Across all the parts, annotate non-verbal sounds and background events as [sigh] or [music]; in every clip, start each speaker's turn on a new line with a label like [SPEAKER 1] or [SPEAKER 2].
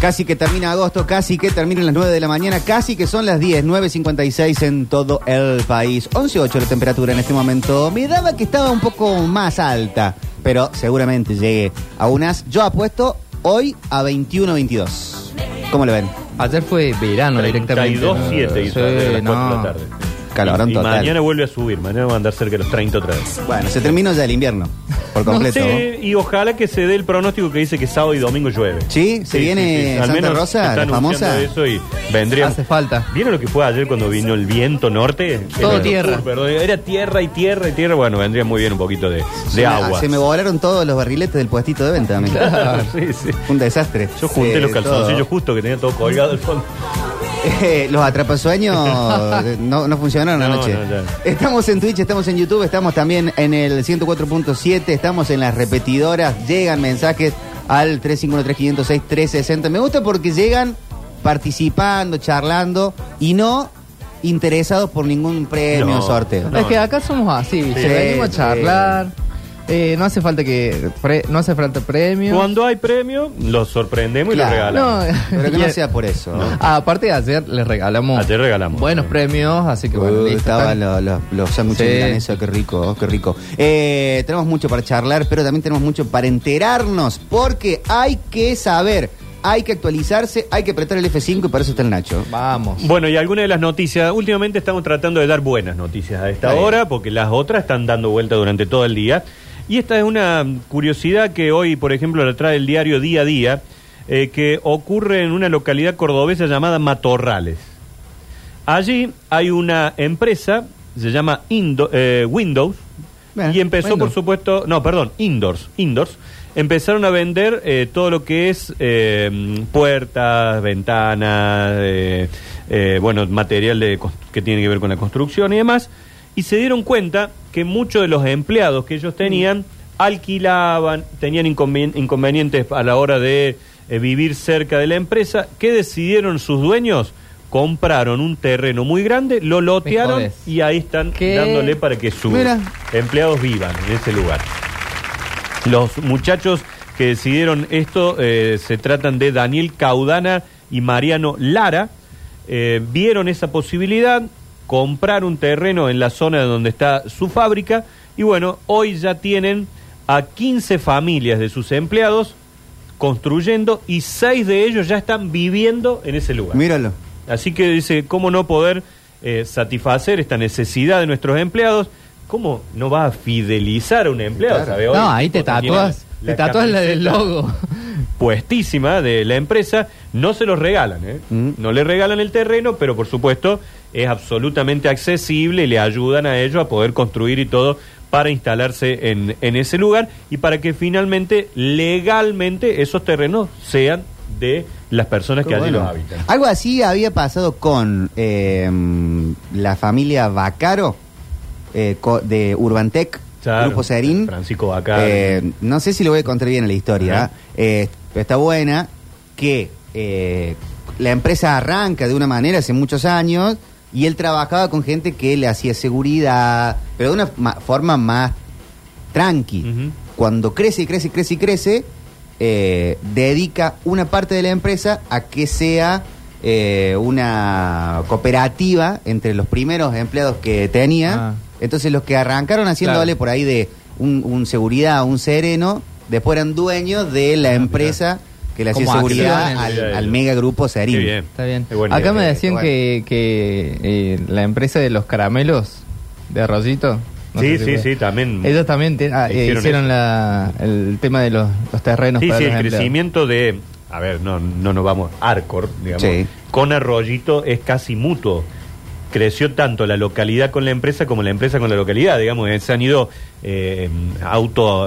[SPEAKER 1] Casi que termina agosto, casi que terminan las 9 de la mañana, casi que son las 10, 9.56 en todo el país. 11.8 la temperatura en este momento. Me daba que estaba un poco más alta, pero seguramente llegue a unas. Yo apuesto hoy a 21.22. ¿Cómo lo ven?
[SPEAKER 2] Ayer fue verano directamente.
[SPEAKER 3] 32.7 hizo ayer a las
[SPEAKER 2] Sí, no.
[SPEAKER 3] 4 de la tarde.
[SPEAKER 1] Calorón
[SPEAKER 3] y, y
[SPEAKER 1] total.
[SPEAKER 3] mañana vuelve a subir, mañana va a andar cerca de los 30 otra vez.
[SPEAKER 1] Bueno, se terminó ya el invierno,
[SPEAKER 3] [laughs]
[SPEAKER 1] por completo.
[SPEAKER 3] Sí, y ojalá que se dé el pronóstico que dice que sábado y domingo llueve.
[SPEAKER 1] ¿Sí? ¿Se viene
[SPEAKER 3] Al
[SPEAKER 1] Santa
[SPEAKER 3] menos
[SPEAKER 1] Rosa,
[SPEAKER 3] está
[SPEAKER 1] la
[SPEAKER 3] anunciando
[SPEAKER 1] famosa?
[SPEAKER 3] eso y vendría.
[SPEAKER 2] Hace falta.
[SPEAKER 3] ¿Vieron lo que fue ayer cuando vino el viento norte?
[SPEAKER 2] Todo
[SPEAKER 3] Era-
[SPEAKER 2] tierra.
[SPEAKER 3] uh, perdón, era tierra y tierra y tierra. Bueno, vendría muy bien un poquito de, de
[SPEAKER 1] Se me-
[SPEAKER 3] agua.
[SPEAKER 1] Se me volaron todos los barriletes del puestito de venta. amigo.
[SPEAKER 3] [laughs] Sí, sí.
[SPEAKER 1] Un desastre.
[SPEAKER 3] Yo junté
[SPEAKER 1] Sí,
[SPEAKER 3] los calzoncillos
[SPEAKER 1] todo.
[SPEAKER 3] justo que tenía todo colgado al fondo.
[SPEAKER 1] Eh, [laughs] los
[SPEAKER 3] [laughs]
[SPEAKER 1] atrapasueños eh, no, no funcionaron
[SPEAKER 3] No,
[SPEAKER 1] anoche.
[SPEAKER 3] no, ya.
[SPEAKER 1] estamos en Twitch, estamos en YouTube, estamos también en el 104.7, estamos en las repetidoras, llegan mensajes al 351-3506-360. Me gusta porque llegan participando, charlando y no interesados por ningún premio
[SPEAKER 3] No,
[SPEAKER 1] o sorteo.
[SPEAKER 3] No,
[SPEAKER 2] es que
[SPEAKER 3] no.
[SPEAKER 2] acá somos así,
[SPEAKER 1] Sí,
[SPEAKER 2] se venimos a
[SPEAKER 1] sí.
[SPEAKER 2] charlar. eh, no hace falta que pre- no hace falta premio.
[SPEAKER 3] Cuando hay premio, los sorprendemos y
[SPEAKER 1] Claro.
[SPEAKER 3] los regalamos.
[SPEAKER 2] No.
[SPEAKER 1] Pero que no
[SPEAKER 2] [laughs] Y-
[SPEAKER 1] sea por eso.
[SPEAKER 2] Ah, aparte de ayer les regalamos
[SPEAKER 3] Ayer regalamos.
[SPEAKER 2] buenos premios, así que
[SPEAKER 1] Uh,
[SPEAKER 2] bueno, listo,
[SPEAKER 1] estaban
[SPEAKER 2] están-
[SPEAKER 1] los, los, los sándwiches
[SPEAKER 2] Sí.
[SPEAKER 1] de milanesa, qué rico, qué rico. Eh, tenemos mucho para charlar, pero también tenemos mucho para enterarnos, porque hay que saber, hay que actualizarse, hay que apretar el F5 y para eso está el Nacho.
[SPEAKER 2] Vamos.
[SPEAKER 3] Bueno, y alguna de las noticias, últimamente estamos tratando de dar buenas noticias a esta
[SPEAKER 1] Ahí.
[SPEAKER 3] hora, porque las otras están dando vuelta durante todo el día. Y esta es una curiosidad que hoy, por ejemplo, la trae el diario Día a Día, eh, que ocurre en una localidad cordobesa llamada Matorrales. Allí hay una empresa, se llama Indo- eh, Windows,
[SPEAKER 1] Bien,
[SPEAKER 3] y empezó,
[SPEAKER 2] Windows.
[SPEAKER 3] por supuesto, no, perdón, Indoors, Indoors. Empezaron a vender eh, todo lo que es eh, puertas, ventanas, eh, eh, bueno, material de cons- que tiene que ver con la construcción y demás. Y se dieron cuenta que muchos de los empleados que ellos tenían alquilaban, tenían inconven- inconvenientes a la hora de eh, vivir cerca de la empresa. ¿Qué decidieron sus dueños? Compraron un terreno muy grande, lo lotearon
[SPEAKER 2] jodés.
[SPEAKER 3] y ahí están
[SPEAKER 2] ¿Qué?
[SPEAKER 3] dándole para que sus
[SPEAKER 1] Mira.
[SPEAKER 3] empleados vivan en ese lugar. Los muchachos que decidieron esto eh, se tratan de Daniel Caudana y Mariano Lara. Eh, vieron esa posibilidad, comprar un terreno en la zona donde está su fábrica y bueno, hoy ya tienen a 15 familias de sus empleados construyendo y 6 de ellos ya están viviendo en ese lugar.
[SPEAKER 1] Míralo.
[SPEAKER 3] Así que dice, ¿cómo no poder eh, satisfacer esta necesidad de nuestros empleados? ¿Cómo no va a fidelizar a un empleado?
[SPEAKER 1] Claro.
[SPEAKER 3] sabe? Hoy
[SPEAKER 2] No, ahí te
[SPEAKER 3] tipo, tiene
[SPEAKER 2] tatúas, te tatúas la del
[SPEAKER 3] camiseta
[SPEAKER 2] logo.
[SPEAKER 3] Puestísima de la empresa, no se los regalan, ¿eh?
[SPEAKER 1] Mm.
[SPEAKER 3] no le regalan el terreno, pero por supuesto es absolutamente accesible y le ayudan a ellos a poder construir y todo para instalarse en, en ese lugar y para que finalmente legalmente esos terrenos sean de las personas que allí
[SPEAKER 1] Bueno,
[SPEAKER 3] los habitan.
[SPEAKER 1] Algo así había pasado con eh, la familia Bacaro eh, co- de Urbantec,
[SPEAKER 3] Claro,
[SPEAKER 1] Grupo Serín.
[SPEAKER 3] Francisco Bacaro.
[SPEAKER 1] Eh, no sé si lo voy a contar bien en la historia,
[SPEAKER 3] Ajá.
[SPEAKER 1] eh, pero está buena que eh, la empresa arranca de una manera hace muchos años y él trabajaba con gente que le hacía seguridad, pero de una ma- forma más tranqui.
[SPEAKER 3] Ujú.
[SPEAKER 1] Cuando crece y crece y crece y crece, eh, dedica una parte de la empresa a que sea eh, una cooperativa entre los primeros empleados que tenía.
[SPEAKER 2] Ah.
[SPEAKER 1] Entonces los que arrancaron haciéndole
[SPEAKER 2] Claro.
[SPEAKER 1] por ahí de un, un seguridad, un sereno, después eran dueños de
[SPEAKER 3] Ah,
[SPEAKER 1] la empresa que le hacía
[SPEAKER 2] Como
[SPEAKER 1] seguridad
[SPEAKER 2] acciones.
[SPEAKER 1] al, al mega grupo Serín.
[SPEAKER 3] Qué bien.
[SPEAKER 2] Está bien.
[SPEAKER 3] Qué buena
[SPEAKER 2] Acá
[SPEAKER 3] idea.
[SPEAKER 2] me decían
[SPEAKER 1] bueno.
[SPEAKER 2] que, que, eh, la empresa de los caramelos de arroyito. no sé
[SPEAKER 3] Sí,
[SPEAKER 2] si
[SPEAKER 3] sí,
[SPEAKER 2] fue.
[SPEAKER 3] sí, también.
[SPEAKER 2] Ellos también te- ah, eh,
[SPEAKER 3] Hicieron
[SPEAKER 2] hicieron,
[SPEAKER 3] eso.
[SPEAKER 2] la- el tema de los, los terrenos.
[SPEAKER 3] sí,
[SPEAKER 2] para
[SPEAKER 3] sí,
[SPEAKER 2] los
[SPEAKER 3] el
[SPEAKER 2] empleados.
[SPEAKER 3] crecimiento de. A ver, no, no nos vamos. Arcor, digamos.
[SPEAKER 1] Sí.
[SPEAKER 3] Con Arroyito es casi mutuo. Creció tanto la localidad con la empresa como la empresa con la localidad, digamos. eh, Se han ido eh,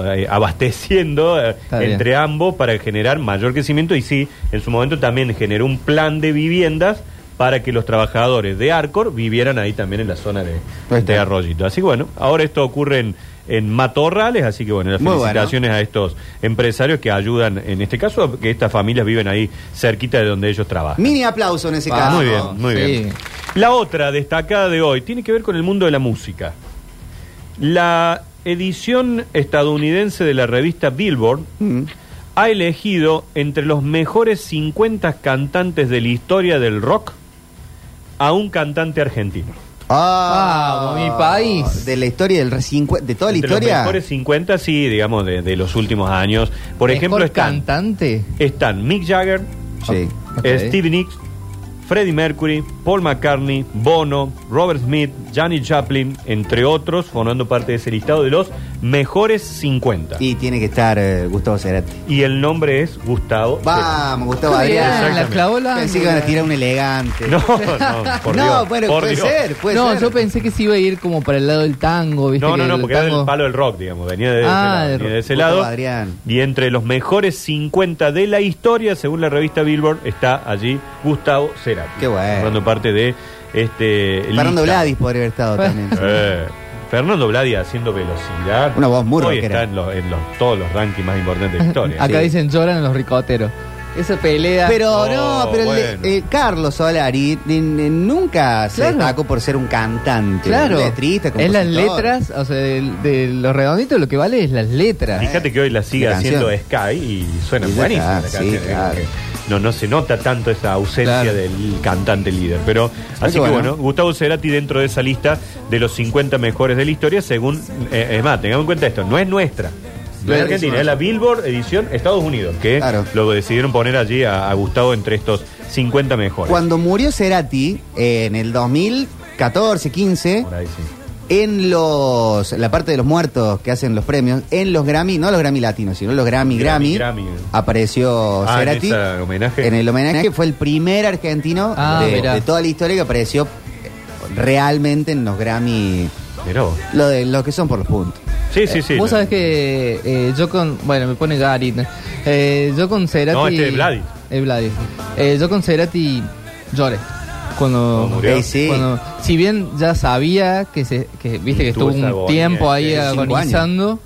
[SPEAKER 3] autoabasteciendo
[SPEAKER 2] Está bien.
[SPEAKER 3] eh, entre ambos para generar mayor crecimiento. Y sí, en su momento también generó un plan de viviendas para que los trabajadores de Arcor vivieran ahí también en la zona de,
[SPEAKER 1] Ahí está.
[SPEAKER 3] de Arroyito. Así que bueno, ahora esto ocurre en, en Matorrales, así que bueno, las
[SPEAKER 1] Muy bueno.
[SPEAKER 3] felicitaciones a estos empresarios que ayudan, en este caso, que estas familias viven ahí cerquita de donde ellos trabajan.
[SPEAKER 1] Mini aplauso en ese
[SPEAKER 2] Ah,
[SPEAKER 1] caso.
[SPEAKER 3] Muy bien, muy
[SPEAKER 2] Sí.
[SPEAKER 3] bien. La otra destacada de hoy tiene que ver con el mundo de la música. La edición estadounidense de la revista Billboard
[SPEAKER 1] Mm.
[SPEAKER 3] ha elegido entre los mejores 50 cantantes de la historia del rock a un cantante argentino.
[SPEAKER 2] Vamos, mi país.
[SPEAKER 1] Ah, De la historia del recincu- de toda la
[SPEAKER 3] Entre
[SPEAKER 1] historia.
[SPEAKER 3] Los mejores 50, sí, digamos, de, de los últimos años. Por
[SPEAKER 2] Mejor
[SPEAKER 3] ejemplo, están,
[SPEAKER 2] cantante.
[SPEAKER 3] están Mick Jagger,
[SPEAKER 1] Sí.
[SPEAKER 2] Ok.
[SPEAKER 3] eh, Stevie Nicks, Freddie Mercury, Paul McCartney, Bono, Robert Smith, Janis Joplin, entre otros, formando parte de ese listado de los mejores 50. Y,
[SPEAKER 1] Y tiene que estar eh, Gustavo Cerati.
[SPEAKER 3] el nombre es Gustavo.
[SPEAKER 1] Vamos, Gustavo
[SPEAKER 2] Bien,
[SPEAKER 1] Adrián.
[SPEAKER 2] la clavó la
[SPEAKER 1] Pensé que iban a tirar un elegante.
[SPEAKER 3] Cerati.
[SPEAKER 1] [laughs]
[SPEAKER 3] No, no, por
[SPEAKER 1] No,
[SPEAKER 3] Dios,
[SPEAKER 1] bueno,
[SPEAKER 3] por
[SPEAKER 1] puede
[SPEAKER 3] Dios.
[SPEAKER 1] ser, puede
[SPEAKER 2] no,
[SPEAKER 1] ser.
[SPEAKER 2] yo pensé que se iba a ir como para el lado del tango, ¿viste?
[SPEAKER 3] No,
[SPEAKER 2] que
[SPEAKER 3] no, no,
[SPEAKER 2] el
[SPEAKER 3] porque era del
[SPEAKER 2] tango-
[SPEAKER 3] palo del rock, digamos, venía de, ese
[SPEAKER 2] Ah,
[SPEAKER 3] lado,
[SPEAKER 2] del
[SPEAKER 3] venía de ese
[SPEAKER 1] rock.
[SPEAKER 3] lado.
[SPEAKER 1] Gustavo Adrián.
[SPEAKER 3] Y entre los mejores 50 de la historia, según la revista Billboard, está allí Gustavo Cerati.
[SPEAKER 1] Qué bueno.
[SPEAKER 3] Formando parte de este.
[SPEAKER 1] Fernando
[SPEAKER 3] lista.
[SPEAKER 1] Vladis podría haber estado
[SPEAKER 3] [laughs]
[SPEAKER 1] también.
[SPEAKER 3] Eh, Fernando Vladi haciendo velocidad.
[SPEAKER 1] Una voz muy
[SPEAKER 3] Hoy
[SPEAKER 1] rockera.
[SPEAKER 3] está en, los- en los- todos los rankings más importantes de la historia.
[SPEAKER 2] Acá
[SPEAKER 1] Sí.
[SPEAKER 2] dicen lloran los ricoteros. Esa pelea.
[SPEAKER 1] Pero
[SPEAKER 3] Oh,
[SPEAKER 1] no, pero el de-
[SPEAKER 3] bueno.
[SPEAKER 1] eh, Carlos Solari ni- ni- nunca se
[SPEAKER 2] Claro.
[SPEAKER 1] destacó por ser un cantante.
[SPEAKER 2] Claro,
[SPEAKER 1] Letrista,
[SPEAKER 2] es las
[SPEAKER 1] compositor.
[SPEAKER 2] letras, o sea, del- de, los redonditos lo que vale es las letras.
[SPEAKER 3] Fíjate que hoy la sigue
[SPEAKER 1] La
[SPEAKER 3] haciendo
[SPEAKER 1] canción.
[SPEAKER 3] Sky y suena
[SPEAKER 1] Y ya
[SPEAKER 3] buenísima
[SPEAKER 1] está,
[SPEAKER 3] la
[SPEAKER 1] sí,
[SPEAKER 3] canción.
[SPEAKER 1] claro.
[SPEAKER 3] No, no se nota tanto esa ausencia
[SPEAKER 2] Claro.
[SPEAKER 3] del cantante líder. Pero,
[SPEAKER 1] que
[SPEAKER 3] así que
[SPEAKER 1] bueno.
[SPEAKER 3] bueno. Gustavo Cerati dentro de esa lista de los 50 mejores de la historia, según. eh, es más, tengamos en cuenta esto, no es nuestra. No es
[SPEAKER 1] Claro,
[SPEAKER 3] Argentina,
[SPEAKER 1] sí.
[SPEAKER 3] es la Billboard edición Estados Unidos, que
[SPEAKER 1] Claro.
[SPEAKER 3] lo decidieron poner allí a, a Gustavo entre estos 50 mejores.
[SPEAKER 1] Cuando murió Cerati eh, en el 2014, 15,
[SPEAKER 3] Por ahí sí.
[SPEAKER 1] en los la parte de los muertos que hacen los premios, en los Grammy, no los Grammy latinos, sino los Grammy
[SPEAKER 3] Grammy,
[SPEAKER 1] Grammy,
[SPEAKER 3] Grammy.
[SPEAKER 1] apareció
[SPEAKER 3] Ah, en
[SPEAKER 1] Cerati.
[SPEAKER 3] ese homenaje.
[SPEAKER 1] En el homenaje fue el primer argentino
[SPEAKER 2] Ah,
[SPEAKER 1] de,
[SPEAKER 2] mirá.
[SPEAKER 1] de toda la historia que apareció realmente en los Grammy,
[SPEAKER 3] Mirá vos.
[SPEAKER 1] lo de lo que son por los puntos.
[SPEAKER 3] Sí, sí, sí.
[SPEAKER 2] Vos sabés que eh, yo con. Bueno, me pone Gary. ¿no? Eh, yo con Cerati.
[SPEAKER 3] No, este es Vladi.
[SPEAKER 2] Es Vladi. Eh, yo con Cerati lloré. Cuando,
[SPEAKER 3] Cuando Oh, murió.
[SPEAKER 1] Sí, sí.
[SPEAKER 2] cuando- si bien ya sabía que, se, que viste que estuvo
[SPEAKER 3] Tuvo esa
[SPEAKER 2] un
[SPEAKER 3] agonía,
[SPEAKER 2] tiempo ahí
[SPEAKER 3] sí,
[SPEAKER 1] cinco
[SPEAKER 2] agonizando,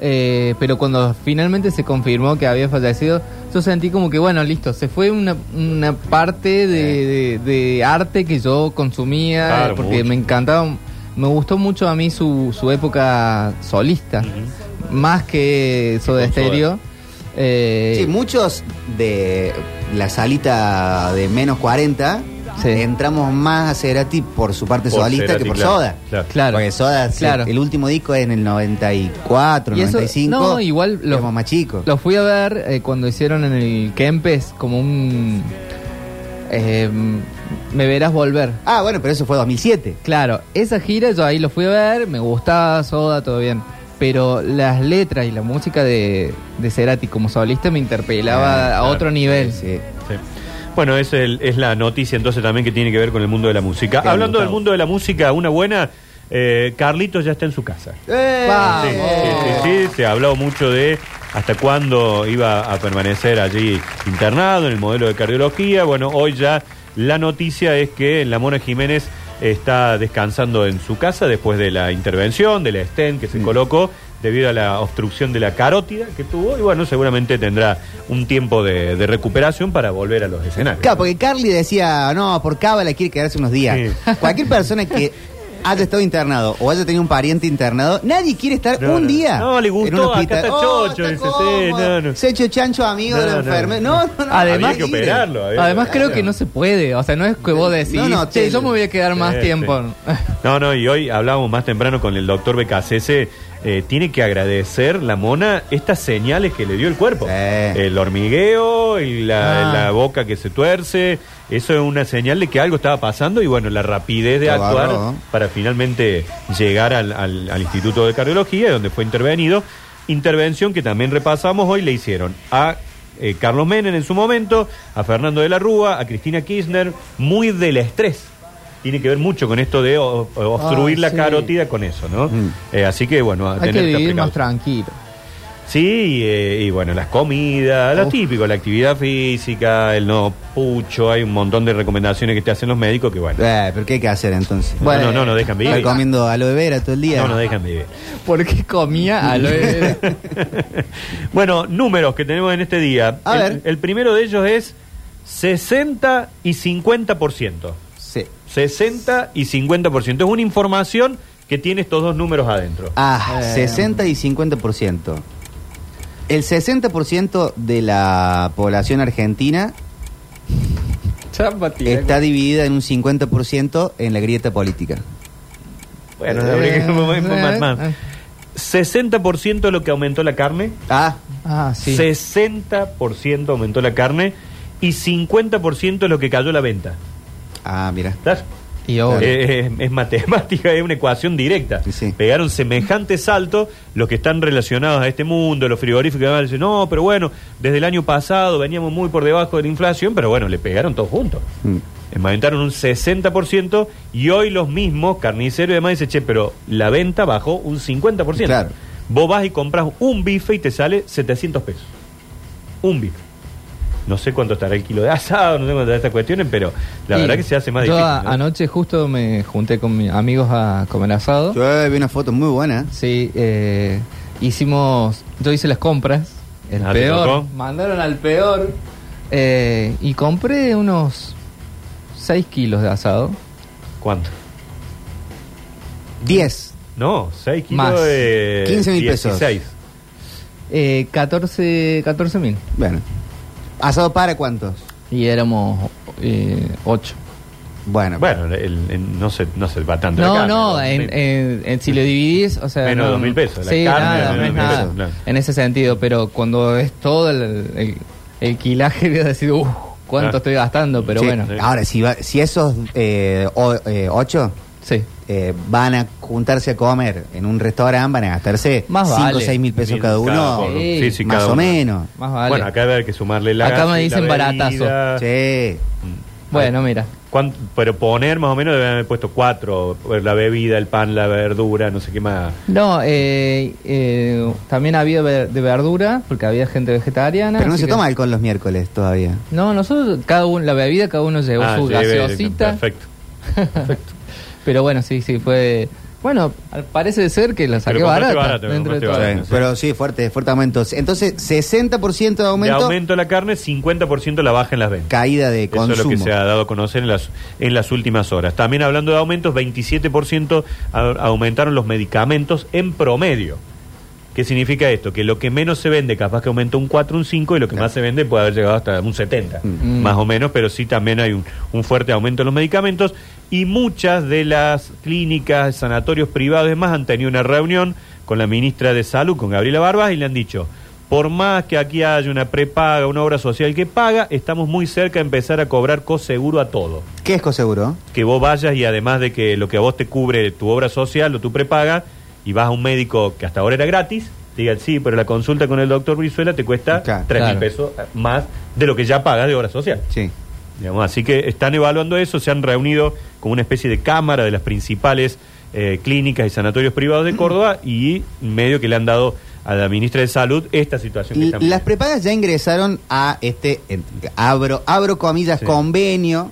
[SPEAKER 2] eh, pero cuando finalmente se confirmó que había fallecido, yo sentí como que bueno, listo, se fue una, una parte de, de- de arte que yo consumía,
[SPEAKER 3] Claro,
[SPEAKER 2] porque
[SPEAKER 3] mucho.
[SPEAKER 2] me encantaba, me gustó mucho a mí su, su época solista, más que Soda
[SPEAKER 3] Con Soda.
[SPEAKER 2] Stereo. eh,
[SPEAKER 1] Sí, muchos de la salita de menos 40
[SPEAKER 2] Sí.
[SPEAKER 1] entramos más a Cerati por su parte
[SPEAKER 3] Por
[SPEAKER 1] solista
[SPEAKER 3] Cerati,
[SPEAKER 1] que por
[SPEAKER 3] claro,
[SPEAKER 1] Soda.
[SPEAKER 3] claro.
[SPEAKER 2] Claro.
[SPEAKER 1] Porque Soda, se-
[SPEAKER 2] Claro.
[SPEAKER 1] el último disco es en el 94,
[SPEAKER 2] Y eso-
[SPEAKER 1] 95.
[SPEAKER 2] no, igual lo-
[SPEAKER 1] éramos más chicos.
[SPEAKER 2] Lo fui a ver eh, cuando hicieron en el Kempes como un... eh, me verás volver.
[SPEAKER 1] Ah, bueno, pero eso fue 2007.
[SPEAKER 2] Claro, esa gira yo ahí lo fui a ver, me gustaba, soda, todo bien. Pero las letras y la música de, de Cerati como solista me interpelaba
[SPEAKER 1] Ah,
[SPEAKER 2] a otro nivel.
[SPEAKER 1] Sí.
[SPEAKER 3] Sí. Bueno, es, el- es la noticia entonces también que tiene que ver con el mundo de la música.
[SPEAKER 1] Qué
[SPEAKER 3] Hablando
[SPEAKER 1] gustavo.
[SPEAKER 3] del mundo de la música, una buena, eh, Carlitos ya está en su casa.
[SPEAKER 1] ¡Eh!
[SPEAKER 2] Vamos.
[SPEAKER 3] Sí, sí, sí, sí, se ha hablado mucho de hasta cuándo iba a permanecer allí internado en el modelo de cardiología. Bueno, hoy ya la noticia es que la Mona Jiménez está descansando en su casa después de la intervención, de la stent que se colocó debido a la obstrucción de la carótida que tuvo y bueno, seguramente tendrá un tiempo de, de recuperación para volver a los escenarios.
[SPEAKER 1] Claro, porque Carly decía, no, por cábala quiere quedarse unos días.
[SPEAKER 3] Sí.
[SPEAKER 1] Cualquier persona que haya estado internado o haya tenido un pariente internado, nadie quiere estar
[SPEAKER 3] No,
[SPEAKER 1] un
[SPEAKER 3] no.
[SPEAKER 1] día.
[SPEAKER 3] No, le
[SPEAKER 1] en
[SPEAKER 3] gustó,
[SPEAKER 1] un hospital. "Oh,
[SPEAKER 3] acá está chocho, dice, sí,
[SPEAKER 1] cómodo.
[SPEAKER 3] no, no.
[SPEAKER 1] Se ha hecho chancho amigo de la
[SPEAKER 3] No, no,
[SPEAKER 1] enfermedad. No, no, no.
[SPEAKER 2] Además-
[SPEAKER 3] había que operarlo. había que
[SPEAKER 2] Además
[SPEAKER 3] operarlo.
[SPEAKER 2] creo que no se puede, o sea, no es que vos decís,
[SPEAKER 1] No, no,
[SPEAKER 2] "Che,
[SPEAKER 1] te-
[SPEAKER 2] yo me voy a quedar más
[SPEAKER 3] Sí,
[SPEAKER 2] tiempo.
[SPEAKER 3] sí. No, no, y hoy hablábamos más temprano con el doctor Becasese. eh, tiene que agradecer la mona estas señales que le dio el cuerpo.
[SPEAKER 1] Sí.
[SPEAKER 3] El hormigueo y la,
[SPEAKER 2] Ah.
[SPEAKER 3] la boca que se tuerce. Eso es una señal de que algo estaba pasando y bueno, la rapidez de
[SPEAKER 1] Lo
[SPEAKER 3] actuar
[SPEAKER 1] agarró.
[SPEAKER 3] para finalmente llegar al, al- al Instituto de Cardiología, donde fue intervenido. Intervención que también repasamos hoy, le hicieron a eh, Carlos Menem en su momento, a Fernando de la Rúa, a Cristina Kirchner, muy del estrés. Tiene que ver mucho con esto de o- o- obstruir
[SPEAKER 2] Ah,
[SPEAKER 3] la
[SPEAKER 2] sí.
[SPEAKER 3] carótida con eso, ¿no?
[SPEAKER 1] Mm.
[SPEAKER 3] Eh, así que bueno, a
[SPEAKER 2] [laughs] Hay que
[SPEAKER 3] tener
[SPEAKER 2] vivir
[SPEAKER 3] aplicar-
[SPEAKER 2] más tranquilo.
[SPEAKER 3] Sí, eh, y bueno, las comidas, lo
[SPEAKER 2] Uf.
[SPEAKER 3] típico, la actividad física, el no pucho, hay un montón de recomendaciones que te hacen los médicos que bueno.
[SPEAKER 1] Eh, pero ¿qué hay que hacer entonces?
[SPEAKER 3] No,
[SPEAKER 2] Bueno,
[SPEAKER 3] no, no, no dejan
[SPEAKER 1] Está
[SPEAKER 3] vivir.
[SPEAKER 1] comiendo aloe vera todo el día.
[SPEAKER 3] No nos dejan vivir.
[SPEAKER 2] ¿Por qué comía aloe vera?
[SPEAKER 3] [laughs] bueno, números que tenemos en este día.
[SPEAKER 1] A
[SPEAKER 3] el,
[SPEAKER 1] ver.
[SPEAKER 3] el primero de ellos es 60 y 50%.
[SPEAKER 1] Sí.
[SPEAKER 3] 60 y 50%. Es una información que tiene estos dos números adentro.
[SPEAKER 1] Ah,
[SPEAKER 2] Eh.
[SPEAKER 1] 60 y 50%. El 60% de la población argentina
[SPEAKER 2] Chapa, tira.
[SPEAKER 1] está dividida en un 50% en la grieta política.
[SPEAKER 3] Bueno, habría que más,
[SPEAKER 1] eh,
[SPEAKER 3] más. 60% lo que aumentó la carne.
[SPEAKER 1] Ah,
[SPEAKER 2] [laughs] Ah, sí.
[SPEAKER 3] 60% aumentó la carne y 50% es lo que cayó la venta.
[SPEAKER 1] ah, mira.
[SPEAKER 3] ¿Estás?
[SPEAKER 2] Y obvio.
[SPEAKER 3] Eh, eh, es matemática, [laughs] es una ecuación directa.
[SPEAKER 1] Sí, sí.
[SPEAKER 3] Pegaron semejante salto los que están relacionados a este mundo, los frigoríficos, y demás, dicen, no, pero bueno, desde el año pasado veníamos muy por debajo de la inflación, pero bueno, le pegaron todos juntos.
[SPEAKER 1] Mm.
[SPEAKER 3] Aumentaron un 60% y hoy los mismos, carniceros y demás, dicen, che, pero la venta bajó un 50%.
[SPEAKER 1] Claro.
[SPEAKER 3] Vos vas y compras un bife y te sale 700 pesos. Un bife. No sé cuánto estará el kilo de asado, no sé cuánto estará estas cuestiones, pero la
[SPEAKER 2] Y
[SPEAKER 3] verdad que se hace más
[SPEAKER 2] yo
[SPEAKER 3] difícil.
[SPEAKER 2] a-
[SPEAKER 3] ¿no?
[SPEAKER 2] Anoche justo me junté con mis amigos a comer asado.
[SPEAKER 1] Yo eh, vi una foto muy buena.
[SPEAKER 2] Sí, eh, hicimos. Yo hice las compras. El
[SPEAKER 3] Ah, ¿te
[SPEAKER 2] peor.
[SPEAKER 3] tocó?
[SPEAKER 2] Mandaron al peor. eh, y compré unos 6 kilos de asado.
[SPEAKER 3] ¿Cuánto?
[SPEAKER 1] 10.
[SPEAKER 3] No, 6 kilos
[SPEAKER 2] Más.
[SPEAKER 3] de
[SPEAKER 1] 15 mil pesos.
[SPEAKER 3] 16.
[SPEAKER 2] Eh, 14 mil.
[SPEAKER 1] Bueno. ¿Asado para cuántos?
[SPEAKER 2] Y éramos eh, 8.
[SPEAKER 1] Bueno.
[SPEAKER 3] Bueno, el- el- no, se, no se va tanto. la
[SPEAKER 2] No,
[SPEAKER 3] carne,
[SPEAKER 2] no, en, en- en- si lo dividís, o sea...
[SPEAKER 3] Menos
[SPEAKER 2] no,
[SPEAKER 3] dos mil pesos, la
[SPEAKER 2] Sí,
[SPEAKER 3] carne,
[SPEAKER 2] nada,
[SPEAKER 1] menos
[SPEAKER 2] no
[SPEAKER 1] dos
[SPEAKER 2] es
[SPEAKER 1] mil
[SPEAKER 2] nada.
[SPEAKER 1] pesos,
[SPEAKER 3] claro.
[SPEAKER 2] En ese sentido, pero cuando es todo el, el, el quilaje, [laughs] voy a decir, uff, cuánto
[SPEAKER 3] Ah.
[SPEAKER 2] estoy gastando, pero
[SPEAKER 1] Sí.
[SPEAKER 2] bueno,
[SPEAKER 3] Sí.
[SPEAKER 1] Ahora, si, va- si esos eh, 8
[SPEAKER 2] sí.
[SPEAKER 1] eh, van a juntarse a comer en un restaurante, van a gastarse
[SPEAKER 2] Más
[SPEAKER 1] 5 o
[SPEAKER 2] vale.
[SPEAKER 1] 6 mil pesos cada uno.
[SPEAKER 3] uno.
[SPEAKER 2] Sí,
[SPEAKER 3] Sí, sí,
[SPEAKER 1] más
[SPEAKER 3] cada
[SPEAKER 1] o
[SPEAKER 3] uno.
[SPEAKER 1] menos.
[SPEAKER 2] Más vale.
[SPEAKER 3] Bueno, acá hay que sumarle la.
[SPEAKER 2] Acá me
[SPEAKER 3] la
[SPEAKER 2] dicen baratazo.
[SPEAKER 3] bebida.
[SPEAKER 1] Sí.
[SPEAKER 2] bueno, mira.
[SPEAKER 3] ¿Cuán- Pero poner más o menos deben haber puesto cuatro: pues, la bebida, el pan, la verdura, no sé qué más.
[SPEAKER 2] No, eh, eh, también había ver- de verdura, porque había gente vegetariana.
[SPEAKER 1] Pero no
[SPEAKER 2] así
[SPEAKER 1] se
[SPEAKER 2] que-
[SPEAKER 1] toma alcohol los miércoles todavía.
[SPEAKER 2] No, nosotros, cada uno, la bebida, cada uno llevó
[SPEAKER 3] Ah,
[SPEAKER 2] su
[SPEAKER 3] sí, bebe-
[SPEAKER 2] gaseosita.
[SPEAKER 3] Perfecto.
[SPEAKER 2] Pero bueno, sí, sí, fue... Bueno, al- parece ser que la saqué
[SPEAKER 3] compraste
[SPEAKER 2] barata,
[SPEAKER 3] barata, lo
[SPEAKER 2] dentro de
[SPEAKER 3] compraste
[SPEAKER 2] todo.
[SPEAKER 3] barata.
[SPEAKER 1] Sí,
[SPEAKER 3] Ah, no sé.
[SPEAKER 1] Pero sí, fuerte, fuerte aumento. Entonces, 60% de
[SPEAKER 3] De
[SPEAKER 1] aumento,
[SPEAKER 3] aumento la carne, 50% la baja en las ventas.
[SPEAKER 1] caída de
[SPEAKER 3] Eso
[SPEAKER 1] consumo.
[SPEAKER 3] es lo que se ha dado a conocer en las, en las últimas horas. También hablando de aumentos, 27% a- aumentaron los medicamentos en promedio. ¿Qué significa esto? Que lo que menos se vende capaz que aumenta un 4, un 5 y lo que más se vende puede haber llegado hasta un 70,
[SPEAKER 2] Mm.
[SPEAKER 3] más o menos, pero sí también hay un, un fuerte aumento en los medicamentos y muchas de las clínicas, sanatorios privados y demás han tenido una reunión con la ministra de Salud, con Gabriela Barbas, y le han dicho, por más que aquí haya una prepaga, una obra social que paga, estamos muy cerca de empezar a cobrar coseguro a todo
[SPEAKER 1] ¿Qué es Coseguro?
[SPEAKER 3] que vos vayas y además de que lo que a vos te cubre tu obra social o tu prepaga, y vas a un médico que hasta ahora era gratis, te digan, sí, pero la consulta con el doctor Brizuela te cuesta
[SPEAKER 1] Claro.
[SPEAKER 3] tres mil
[SPEAKER 2] Claro.
[SPEAKER 3] pesos más de lo que ya pagas de obra social.
[SPEAKER 1] Sí.
[SPEAKER 3] Digamos, así que están evaluando eso, se han reunido con una especie de cámara de las principales eh, clínicas y sanatorios privados de Córdoba y medio que le han dado a la ministra de Salud esta situación. Que
[SPEAKER 1] L-
[SPEAKER 3] están
[SPEAKER 1] Las prepagas ya ingresaron a este, en- abro, abro comillas,
[SPEAKER 3] Sí.
[SPEAKER 1] convenio,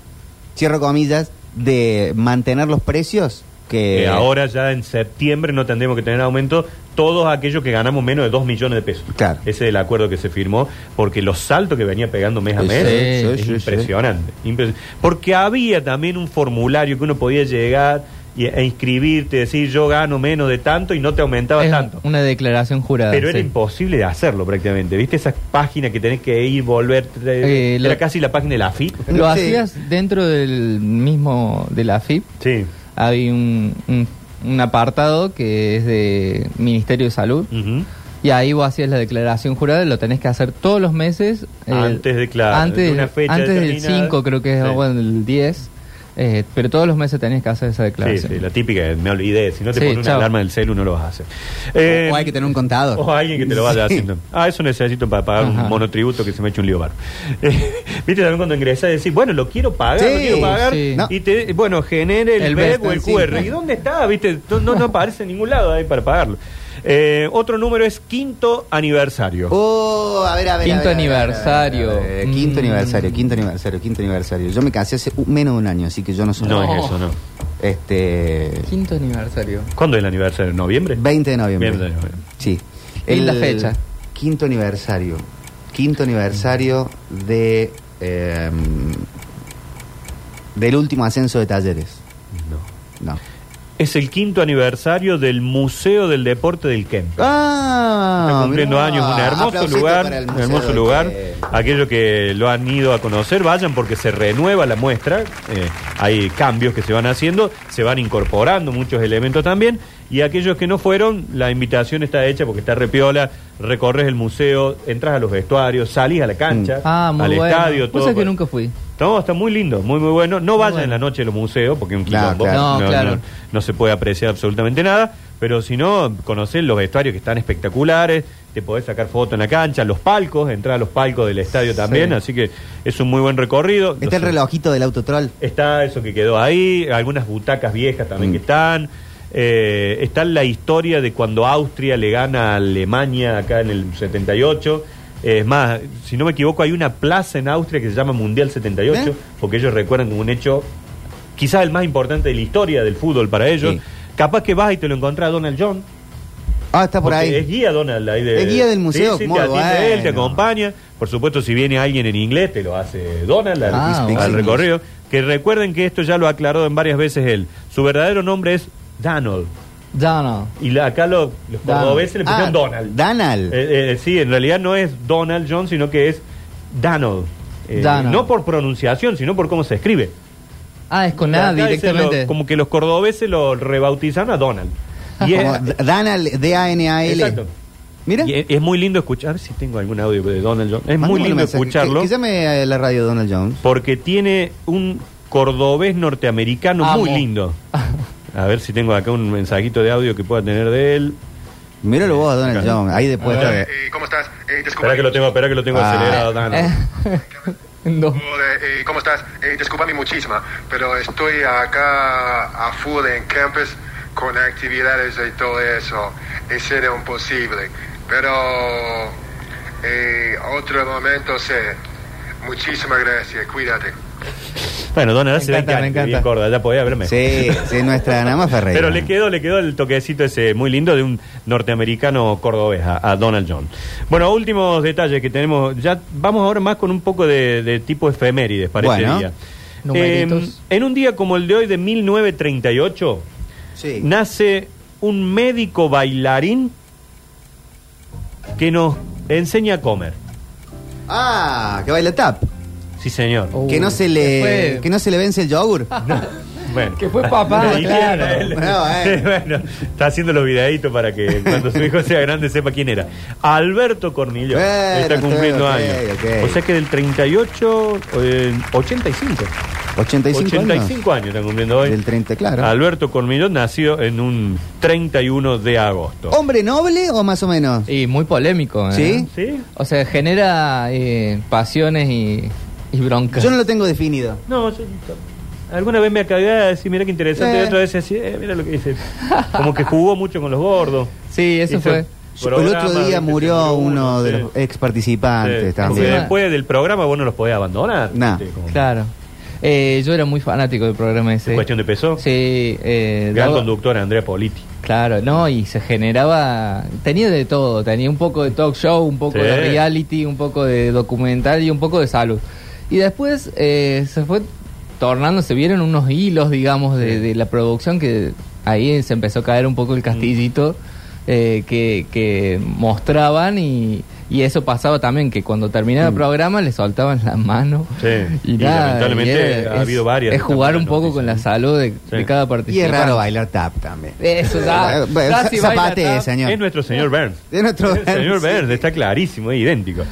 [SPEAKER 1] cierro comillas, de mantener los precios que...
[SPEAKER 3] Eh, ahora ya en septiembre no tendremos que tener aumento todos aquellos que ganamos menos de 2 millones de pesos.
[SPEAKER 1] Claro.
[SPEAKER 3] Ese es el acuerdo que se firmó, porque los saltos que venía pegando mes a
[SPEAKER 1] Sí,
[SPEAKER 3] mes
[SPEAKER 2] sí,
[SPEAKER 3] es
[SPEAKER 1] sí,
[SPEAKER 3] impresionante, impres- Porque había también un formulario que uno podía llegar y- e inscribirte, decir yo gano menos de tanto y no te aumentaba
[SPEAKER 2] Es
[SPEAKER 3] tanto.
[SPEAKER 2] una declaración jurada.
[SPEAKER 3] Pero era
[SPEAKER 2] sí.
[SPEAKER 3] imposible de hacerlo prácticamente. ¿Viste esa página que tenés que ir, volver?
[SPEAKER 2] Eh,
[SPEAKER 3] era
[SPEAKER 2] lo-
[SPEAKER 3] casi la página de la FIP.
[SPEAKER 2] Lo
[SPEAKER 1] Sí.
[SPEAKER 2] hacías dentro del mismo, de la FIP.
[SPEAKER 3] Sí.
[SPEAKER 2] Hay un, un- un apartado que es de Ministerio de Salud.
[SPEAKER 3] Ujú.
[SPEAKER 2] Y ahí vos hacías la declaración jurada, lo tenés que hacer todos los meses. eh,
[SPEAKER 3] Antes de, claro,
[SPEAKER 2] antes,
[SPEAKER 3] de
[SPEAKER 2] del-
[SPEAKER 3] una fecha
[SPEAKER 2] antes del
[SPEAKER 3] determinada.
[SPEAKER 2] 5 creo que es,
[SPEAKER 3] Sí.
[SPEAKER 2] o bueno, el 10. eh, pero todos los meses tenés que hacer esa
[SPEAKER 3] Sí,
[SPEAKER 2] declaración.
[SPEAKER 3] sí, la típica, me olvidé. Si no te
[SPEAKER 2] Sí,
[SPEAKER 3] pones una
[SPEAKER 2] chao.
[SPEAKER 3] alarma del celu, no lo vas a hacer. Eh,
[SPEAKER 1] o hay que tener un contador.
[SPEAKER 3] o alguien que te lo vaya
[SPEAKER 1] Sí.
[SPEAKER 3] haciendo. Ah, eso necesito para pagar un
[SPEAKER 2] Ajá.
[SPEAKER 3] monotributo que se me eche un lío [laughs] bar. Viste también cuando ingresas y decís, bueno, lo quiero pagar,
[SPEAKER 1] Sí,
[SPEAKER 3] lo quiero pagar.
[SPEAKER 2] sí.
[SPEAKER 1] No.
[SPEAKER 3] Y te, bueno, genere el,
[SPEAKER 2] El
[SPEAKER 3] BEP
[SPEAKER 2] best,
[SPEAKER 3] o el
[SPEAKER 2] sí.
[SPEAKER 3] QR. ¿Y dónde está? Viste, no, no- no aparece en ningún lado ahí para pagarlo. Eh, otro número es quinto aniversario.
[SPEAKER 1] Oh, a ver, a ver.
[SPEAKER 2] Quinto
[SPEAKER 1] a ver, a ver, a ver, a ver, a ver, a ver, a ver,
[SPEAKER 2] aniversario.
[SPEAKER 1] a ver. Quinto
[SPEAKER 2] Mm.
[SPEAKER 1] aniversario, quinto aniversario, quinto aniversario. Yo me casé hace un- menos de un año, así que yo no soy.
[SPEAKER 3] no,
[SPEAKER 2] No.
[SPEAKER 3] es eso, no.
[SPEAKER 1] Este.
[SPEAKER 2] Quinto aniversario.
[SPEAKER 3] ¿Cuándo es el aniversario? ¿En ¿Noviembre?
[SPEAKER 1] 20 de noviembre.
[SPEAKER 3] 20 de noviembre.
[SPEAKER 1] Sí.
[SPEAKER 2] Linda fecha.
[SPEAKER 1] Quinto aniversario. Quinto aniversario de. eh, del último ascenso de talleres.
[SPEAKER 3] No.
[SPEAKER 1] No.
[SPEAKER 3] es el quinto aniversario del Museo del Deporte del Kempe.
[SPEAKER 1] Ah,
[SPEAKER 3] Está cumpliendo
[SPEAKER 1] mirá.
[SPEAKER 3] años, un hermoso
[SPEAKER 1] Aplausito
[SPEAKER 3] lugar,
[SPEAKER 1] para el
[SPEAKER 3] un
[SPEAKER 1] Museo
[SPEAKER 3] hermoso
[SPEAKER 1] de-
[SPEAKER 3] lugar. Aquellos que lo han ido a conocer, vayan porque se renueva la muestra. eh, hay cambios que se van haciendo, se van incorporando muchos elementos también. Y aquellos que no fueron, la invitación está hecha porque está repiola, recorres el museo, entras a los vestuarios, salís a la cancha,
[SPEAKER 2] Ah, muy
[SPEAKER 3] al
[SPEAKER 2] bueno.
[SPEAKER 3] estadio,
[SPEAKER 2] Vos
[SPEAKER 3] todo.
[SPEAKER 2] sabés que nunca fui.
[SPEAKER 3] No, está muy lindo, muy muy bueno. No vayan
[SPEAKER 2] bueno.
[SPEAKER 3] en la noche a los museos porque es un
[SPEAKER 1] Claro,
[SPEAKER 3] quilombo.
[SPEAKER 1] claro.
[SPEAKER 2] No, claro.
[SPEAKER 3] no se puede apreciar absolutamente nada. Pero si no, conocés los vestuarios que están espectaculares, te podés sacar fotos en la cancha, los palcos, entrar a los palcos del estadio también, así que es un muy buen recorrido.
[SPEAKER 1] Está el
[SPEAKER 3] Los-
[SPEAKER 1] relojito del autotrol.
[SPEAKER 3] Está eso que quedó ahí, algunas butacas viejas también que están. Eh, está la historia de cuando Austria le gana a Alemania acá en el 78. Eh, Es más, si no me equivoco, hay una plaza en Austria que se llama Mundial 78,
[SPEAKER 1] ¿Eh?
[SPEAKER 3] porque ellos recuerdan como un hecho quizás el más importante de la historia del fútbol para ellos.
[SPEAKER 1] Sí.
[SPEAKER 3] Capaz que vas y te lo encontrás a Donald John.
[SPEAKER 1] Ah, está por
[SPEAKER 3] Porque
[SPEAKER 1] ahí.
[SPEAKER 3] Es guía Donald ahí de-
[SPEAKER 1] Es guía del museo,
[SPEAKER 3] Sí, sí,
[SPEAKER 1] muy
[SPEAKER 3] te atiende
[SPEAKER 1] bueno.
[SPEAKER 3] él, te acompaña. Por supuesto, si viene alguien en inglés, te lo hace Donald al,
[SPEAKER 2] Ah,
[SPEAKER 3] al
[SPEAKER 1] bueno.
[SPEAKER 3] recorrido. Que recuerden que esto ya lo ha aclarado en varias veces él. Su verdadero nombre es Donald.
[SPEAKER 2] Ya no.
[SPEAKER 3] Y la- acá lo- los
[SPEAKER 2] Donald.
[SPEAKER 3] cordobeses le pusieron
[SPEAKER 1] Ah,
[SPEAKER 3] Donald.
[SPEAKER 1] Danal.
[SPEAKER 3] Eh, eh, sí, en realidad no es Donald John, sino que es Donald. Eh,
[SPEAKER 2] Donald.
[SPEAKER 3] No por pronunciación, sino por cómo se escribe.
[SPEAKER 2] Ah, es con
[SPEAKER 3] Acá
[SPEAKER 2] nada
[SPEAKER 3] se lo-
[SPEAKER 2] directamente.
[SPEAKER 3] como que los cordobeses lo rebautizan a Donald. Y es-
[SPEAKER 1] Ah, Como
[SPEAKER 3] [laughs]
[SPEAKER 1] D- Danal, D-A-N-A-L.
[SPEAKER 3] Exacto.
[SPEAKER 1] Mira.
[SPEAKER 3] Y es, es muy lindo escuchar, a ver si tengo algún audio de Donald Jones. Es
[SPEAKER 1] Mándame
[SPEAKER 3] muy
[SPEAKER 1] un
[SPEAKER 3] lindo
[SPEAKER 1] mensaje, que-
[SPEAKER 3] escucharlo
[SPEAKER 1] Que, llame a eh, la radio Donald Jones.
[SPEAKER 3] porque tiene un cordobés norteamericano
[SPEAKER 2] Amo.
[SPEAKER 3] muy
[SPEAKER 1] [laughs]
[SPEAKER 3] lindo. A ver si tengo acá un mensajito de audio que pueda tener de él.
[SPEAKER 1] Míralo vos, Donald
[SPEAKER 3] Acá.
[SPEAKER 1] Jones. Ahí después.
[SPEAKER 3] A ver.
[SPEAKER 4] Eh, ¿Cómo estás? Eh, disculpa.
[SPEAKER 3] Espera que lo tengo, espera que lo tengo
[SPEAKER 1] Ah.
[SPEAKER 3] acelerado, Donald.
[SPEAKER 2] [laughs] no.
[SPEAKER 4] Eh, eh, ¿Cómo estás? Eh, discúlpame muchísimo, pero estoy acá a full en campus con actividades y todo eso. Es era imposible. Pero eh, otro momento sé. Muchísimas gracias. Cuídate.
[SPEAKER 3] Bueno, Donald
[SPEAKER 2] Me
[SPEAKER 3] se ve
[SPEAKER 2] encanta,
[SPEAKER 3] encante,
[SPEAKER 2] me encanta.
[SPEAKER 3] bien corda, ya podía haberme.
[SPEAKER 1] Sí, sí, nuestra Nama Ferreira.
[SPEAKER 3] Pero le quedó, le quedó el toquecito ese muy lindo de un norteamericano cordobés a, a Donald John. Bueno, últimos detalles que tenemos. Ya vamos ahora más con un poco de, de tipo efemérides para este
[SPEAKER 1] Bueno.
[SPEAKER 3] día.
[SPEAKER 2] Numeritos.
[SPEAKER 3] Eh, en un día como el de hoy de 1938,
[SPEAKER 1] Sí.
[SPEAKER 3] nace un médico bailarín que nos enseña a comer.
[SPEAKER 1] Ah, que baila tap.
[SPEAKER 3] Sí, señor.
[SPEAKER 2] Oh.
[SPEAKER 1] que no se le
[SPEAKER 2] Después-
[SPEAKER 1] que no se le vence el yogur.
[SPEAKER 3] Bueno.
[SPEAKER 2] Que fue
[SPEAKER 3] [laughs]
[SPEAKER 2] papá,
[SPEAKER 3] Y
[SPEAKER 2] claro.
[SPEAKER 3] él-
[SPEAKER 1] Bravo,
[SPEAKER 3] [laughs]
[SPEAKER 1] eh.
[SPEAKER 3] bueno, está haciendo los videitos para que cuando su hijo sea grande sepa quién era. Alberto Cornillo
[SPEAKER 1] Bueno,
[SPEAKER 3] está cumpliendo
[SPEAKER 1] ok,
[SPEAKER 3] años.
[SPEAKER 1] ok.
[SPEAKER 3] O sea que del 38, eh, 85.
[SPEAKER 1] 85, 85
[SPEAKER 3] 85 años está cumpliendo hoy.
[SPEAKER 1] Del 30, claro.
[SPEAKER 3] Alberto Cornillo nació en un 31 de agosto.
[SPEAKER 1] ¿Hombre noble o más o menos?
[SPEAKER 2] Y muy polémico, ¿eh?
[SPEAKER 1] Sí.
[SPEAKER 3] ¿Sí?
[SPEAKER 2] O sea, genera eh, pasiones y, y broncas.
[SPEAKER 1] Yo no lo tengo definido.
[SPEAKER 3] No, yo- alguna vez me acabé de decir, mira qué interesante,
[SPEAKER 1] Eh.
[SPEAKER 3] y otra vez así, eh, mira lo que dice. Como que jugó mucho con los gordos.
[SPEAKER 2] Sí, eso
[SPEAKER 3] Hizo
[SPEAKER 2] fue.
[SPEAKER 1] Yo- el
[SPEAKER 3] programas,
[SPEAKER 1] otro día
[SPEAKER 3] ¿viste?
[SPEAKER 1] murió
[SPEAKER 3] Seguro
[SPEAKER 1] uno de
[SPEAKER 3] sí.
[SPEAKER 1] los ex participantes
[SPEAKER 3] Sí, porque
[SPEAKER 1] también.
[SPEAKER 3] después del programa vos no los podés abandonar.
[SPEAKER 1] Nah.
[SPEAKER 3] ¿viste? Como-
[SPEAKER 2] Claro. Eh, yo era muy fanático del programa ese.
[SPEAKER 3] Cuestión de peso.
[SPEAKER 2] Sí. Eh,
[SPEAKER 3] Gran
[SPEAKER 2] daba-
[SPEAKER 3] conductor Andrea Politi.
[SPEAKER 2] Claro, no, y se generaba, tenía de todo, tenía un poco de talk show, un poco
[SPEAKER 3] Sí.
[SPEAKER 2] de reality, un poco de documental y un poco de salud. Y después eh, se fue tornando, se vieron unos hilos, digamos, de, de la producción que ahí se empezó a caer un
[SPEAKER 3] Mm.
[SPEAKER 2] poco el castillito eh, que, que mostraban y, y eso pasaba también, que cuando terminaba el programa le soltaban la mano.
[SPEAKER 3] Mm. Sí. Y lamentablemente
[SPEAKER 2] era-
[SPEAKER 3] ha habido varias
[SPEAKER 2] Es
[SPEAKER 3] de estas
[SPEAKER 2] jugar
[SPEAKER 3] malas
[SPEAKER 2] un poco con la
[SPEAKER 3] noticias,
[SPEAKER 2] salud de, de cada
[SPEAKER 1] Y
[SPEAKER 2] participante.
[SPEAKER 1] es raro bailar tap también.
[SPEAKER 3] Eh,
[SPEAKER 2] Eh, Eso ya.
[SPEAKER 1] Bueno,
[SPEAKER 2] ya
[SPEAKER 1] za-
[SPEAKER 2] si baila
[SPEAKER 1] zapatee,
[SPEAKER 2] tap-
[SPEAKER 1] señor.
[SPEAKER 3] Es nuestro señor Burns.
[SPEAKER 1] Es [laughs] nuestro
[SPEAKER 3] El señor
[SPEAKER 1] Burns, [laughs] sí.
[SPEAKER 3] Burns, está clarísimo, es idéntico.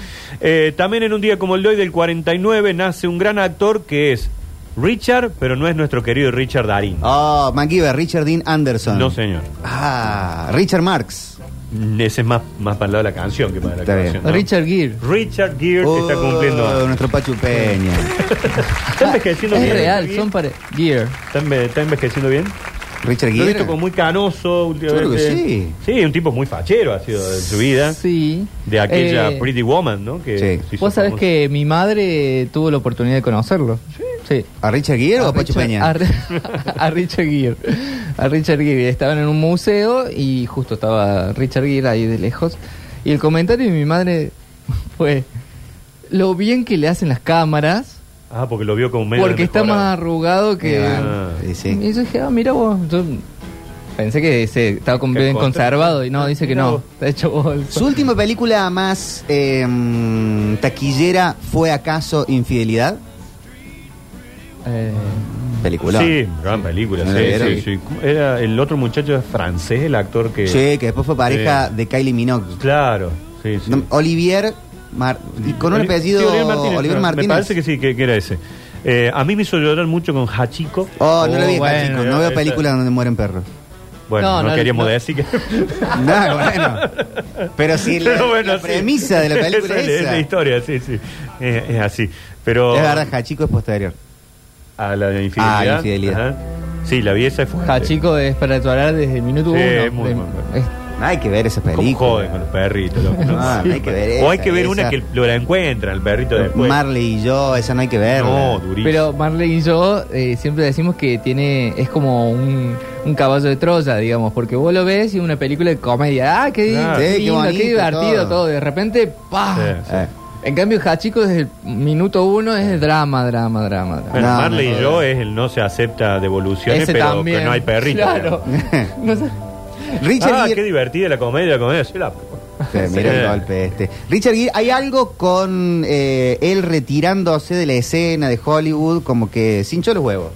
[SPEAKER 3] Eh, también en un día como el de hoy del 49 nace un gran actor que es Richard, pero no es nuestro querido Richard Darín.
[SPEAKER 1] Oh, MacGyver, Richard Dean Anderson.
[SPEAKER 3] No, señor.
[SPEAKER 1] Ah, Richard Marx.
[SPEAKER 3] Mm, Ese es más, más para el lado de la canción que para la
[SPEAKER 1] Está bien.
[SPEAKER 3] canción. ¿no?
[SPEAKER 2] Richard Gere.
[SPEAKER 3] Richard Gere está
[SPEAKER 1] Oh,
[SPEAKER 3] cumpliendo. años.
[SPEAKER 1] Nuestro Pachu Peña.
[SPEAKER 3] Está envejeciendo
[SPEAKER 2] Es
[SPEAKER 3] bien.
[SPEAKER 2] real, son para. Gere.
[SPEAKER 3] ¿Está enve- está envejeciendo bien?
[SPEAKER 1] Richard
[SPEAKER 3] Lo he
[SPEAKER 1] Gere.
[SPEAKER 3] visto como muy canoso últimamente.
[SPEAKER 1] Yo creo que sí.
[SPEAKER 3] Sí, un tipo muy fachero ha sido de su vida.
[SPEAKER 2] Sí.
[SPEAKER 3] De aquella
[SPEAKER 2] Eh,
[SPEAKER 3] Pretty Woman, ¿no? Que
[SPEAKER 1] Sí.
[SPEAKER 3] se hizo
[SPEAKER 2] Vos sabés
[SPEAKER 3] famosa.
[SPEAKER 2] que mi madre tuvo la oportunidad de conocerlo. Sí.
[SPEAKER 1] ¿A Richard Gere o a Pachu
[SPEAKER 2] Richard-
[SPEAKER 1] Peña?
[SPEAKER 2] a Ri- [laughs] a Richard Gere. A Richard Gere. Estaban en un museo y justo estaba Richard Gere ahí de lejos. Y el comentario de mi madre [laughs] fue: Lo bien que le hacen las cámaras,
[SPEAKER 3] Ah, porque lo vio como medio.
[SPEAKER 2] porque está más
[SPEAKER 3] mejorado.
[SPEAKER 2] arrugado que.
[SPEAKER 1] Ah, sí, sí.
[SPEAKER 2] Y yo dije, ah, mira vos, yo Pensé que se estaba con-
[SPEAKER 3] Que
[SPEAKER 2] bien
[SPEAKER 3] contra- Ah,
[SPEAKER 2] conservado y no, dice que
[SPEAKER 3] Mira
[SPEAKER 2] no.
[SPEAKER 3] vos.
[SPEAKER 2] Está hecho bolsa.
[SPEAKER 3] [laughs]
[SPEAKER 1] Su última película más eh, taquillera fue acaso Infidelidad.
[SPEAKER 2] Eh,
[SPEAKER 1] Película.
[SPEAKER 3] Sí, gran película.
[SPEAKER 1] ¿No la vieron?
[SPEAKER 3] Sí, sí, sí. Era el otro muchacho francés, el actor que.
[SPEAKER 1] Sí, que después fue pareja de Kylie Minogue.
[SPEAKER 3] Claro, sí, sí.
[SPEAKER 1] No, Olivier Mar- y con un
[SPEAKER 3] Oli-
[SPEAKER 1] apellido
[SPEAKER 3] Sí,
[SPEAKER 1] Olivier Martínez.
[SPEAKER 3] Martínez, me- Me parece que sí, que, que era ese. Eh, a mí me hizo llorar mucho con Hachiko.
[SPEAKER 1] Oh, no lo vi,
[SPEAKER 2] Oh, bueno,
[SPEAKER 1] chicos. No veo
[SPEAKER 3] esa-
[SPEAKER 1] películas donde mueren perros.
[SPEAKER 3] Bueno,
[SPEAKER 2] No,
[SPEAKER 3] no,
[SPEAKER 2] no,
[SPEAKER 3] queríamos
[SPEAKER 2] no.
[SPEAKER 3] decir que.
[SPEAKER 1] [laughs] No, bueno. Pero si la,
[SPEAKER 3] [laughs] Pero bueno,
[SPEAKER 1] la
[SPEAKER 3] sí.
[SPEAKER 1] premisa
[SPEAKER 3] [laughs]
[SPEAKER 1] de la película es
[SPEAKER 3] es
[SPEAKER 1] esa.
[SPEAKER 3] la historia, sí, sí. Eh, es así. Pero.
[SPEAKER 1] Es verdad, Hachico es posterior.
[SPEAKER 3] A la de infidelidad.
[SPEAKER 1] Ah, infidelidad. Ah,
[SPEAKER 3] Ajá. Sí, la vi esa fue.
[SPEAKER 2] Hachico es para actuar desde el minuto
[SPEAKER 3] Sí,
[SPEAKER 2] uno.
[SPEAKER 3] es muy
[SPEAKER 2] De-
[SPEAKER 3] bueno.
[SPEAKER 2] es-
[SPEAKER 1] No hay que ver esa
[SPEAKER 3] Como
[SPEAKER 1] película.
[SPEAKER 3] joden con los perritos. loco,
[SPEAKER 1] No, no hay que ver
[SPEAKER 3] o
[SPEAKER 1] esa,
[SPEAKER 3] hay que ver una
[SPEAKER 1] esa.
[SPEAKER 3] que lo la encuentra el perrito después.
[SPEAKER 1] Marley y yo, esa no hay que verla.
[SPEAKER 3] no, durísimo.
[SPEAKER 2] pero Marley y yo eh, siempre decimos que tiene es como un, un caballo de Troya, digamos, porque vos lo ves y una película de comedia. Ah, qué, lindo,
[SPEAKER 3] Claro.
[SPEAKER 1] Sí, qué
[SPEAKER 2] qué
[SPEAKER 1] bonito
[SPEAKER 2] divertido
[SPEAKER 1] todo.
[SPEAKER 2] todo. De repente, ¡pah!
[SPEAKER 3] Sí.
[SPEAKER 1] Eh,
[SPEAKER 2] En cambio, Hachiko desde el minuto uno es drama, drama, drama. drama.
[SPEAKER 3] Bueno,
[SPEAKER 1] No,
[SPEAKER 3] Marley
[SPEAKER 1] no,
[SPEAKER 3] y
[SPEAKER 1] no.
[SPEAKER 3] yo es el no se acepta devoluciones,
[SPEAKER 2] Ese
[SPEAKER 3] pero
[SPEAKER 2] también.
[SPEAKER 3] que no hay perrito.
[SPEAKER 1] [laughs]
[SPEAKER 2] Claro. No sé.
[SPEAKER 1] Richard
[SPEAKER 3] Ah,
[SPEAKER 1] Gere-
[SPEAKER 3] qué divertida la comedia, la comedia. Sí, la-
[SPEAKER 1] Sí, mira el golpe este. Richard Gere, hay algo con eh, él retirándose de la escena de Hollywood, como que se hinchó los huevos.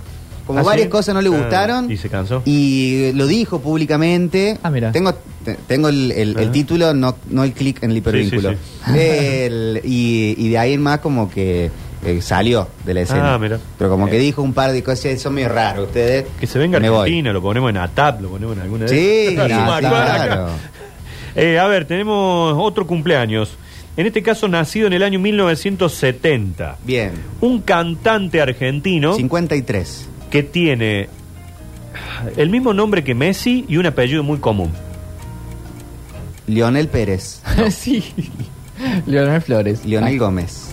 [SPEAKER 1] Como
[SPEAKER 3] ¿Ah,
[SPEAKER 1] varias
[SPEAKER 3] sí?
[SPEAKER 1] cosas no le
[SPEAKER 3] Ah,
[SPEAKER 1] gustaron.
[SPEAKER 3] y se cansó.
[SPEAKER 1] Y lo dijo públicamente.
[SPEAKER 2] Ah, mira.
[SPEAKER 1] Tengo, te- tengo el, el- el
[SPEAKER 3] Ah.
[SPEAKER 1] título, no, no el clic en el hipervínculo.
[SPEAKER 3] Sí,
[SPEAKER 1] El- y, y de ahí en más como que eh, salió de la escena.
[SPEAKER 3] Ah, mira.
[SPEAKER 1] Pero como que
[SPEAKER 3] Eh.
[SPEAKER 1] dijo un par de cosas, son medio raros ustedes.
[SPEAKER 3] Que se venga
[SPEAKER 1] Me voy.
[SPEAKER 3] Argentina, lo ponemos en ATAP, lo ponemos en alguna de [laughs]
[SPEAKER 1] Sí,
[SPEAKER 3] esas. Hacemos
[SPEAKER 1] sí,
[SPEAKER 3] actuar acá.
[SPEAKER 1] claro.
[SPEAKER 3] Eh, a ver, tenemos otro cumpleaños. En este caso, nacido en el año 1970.
[SPEAKER 1] Bien.
[SPEAKER 3] Un cantante argentino
[SPEAKER 1] 53.
[SPEAKER 3] que tiene el mismo nombre que Messi y un apellido muy común.
[SPEAKER 1] Lionel Pérez.
[SPEAKER 2] [laughs] sí. Leonel Flores. Ah.
[SPEAKER 1] Lionel Gómez.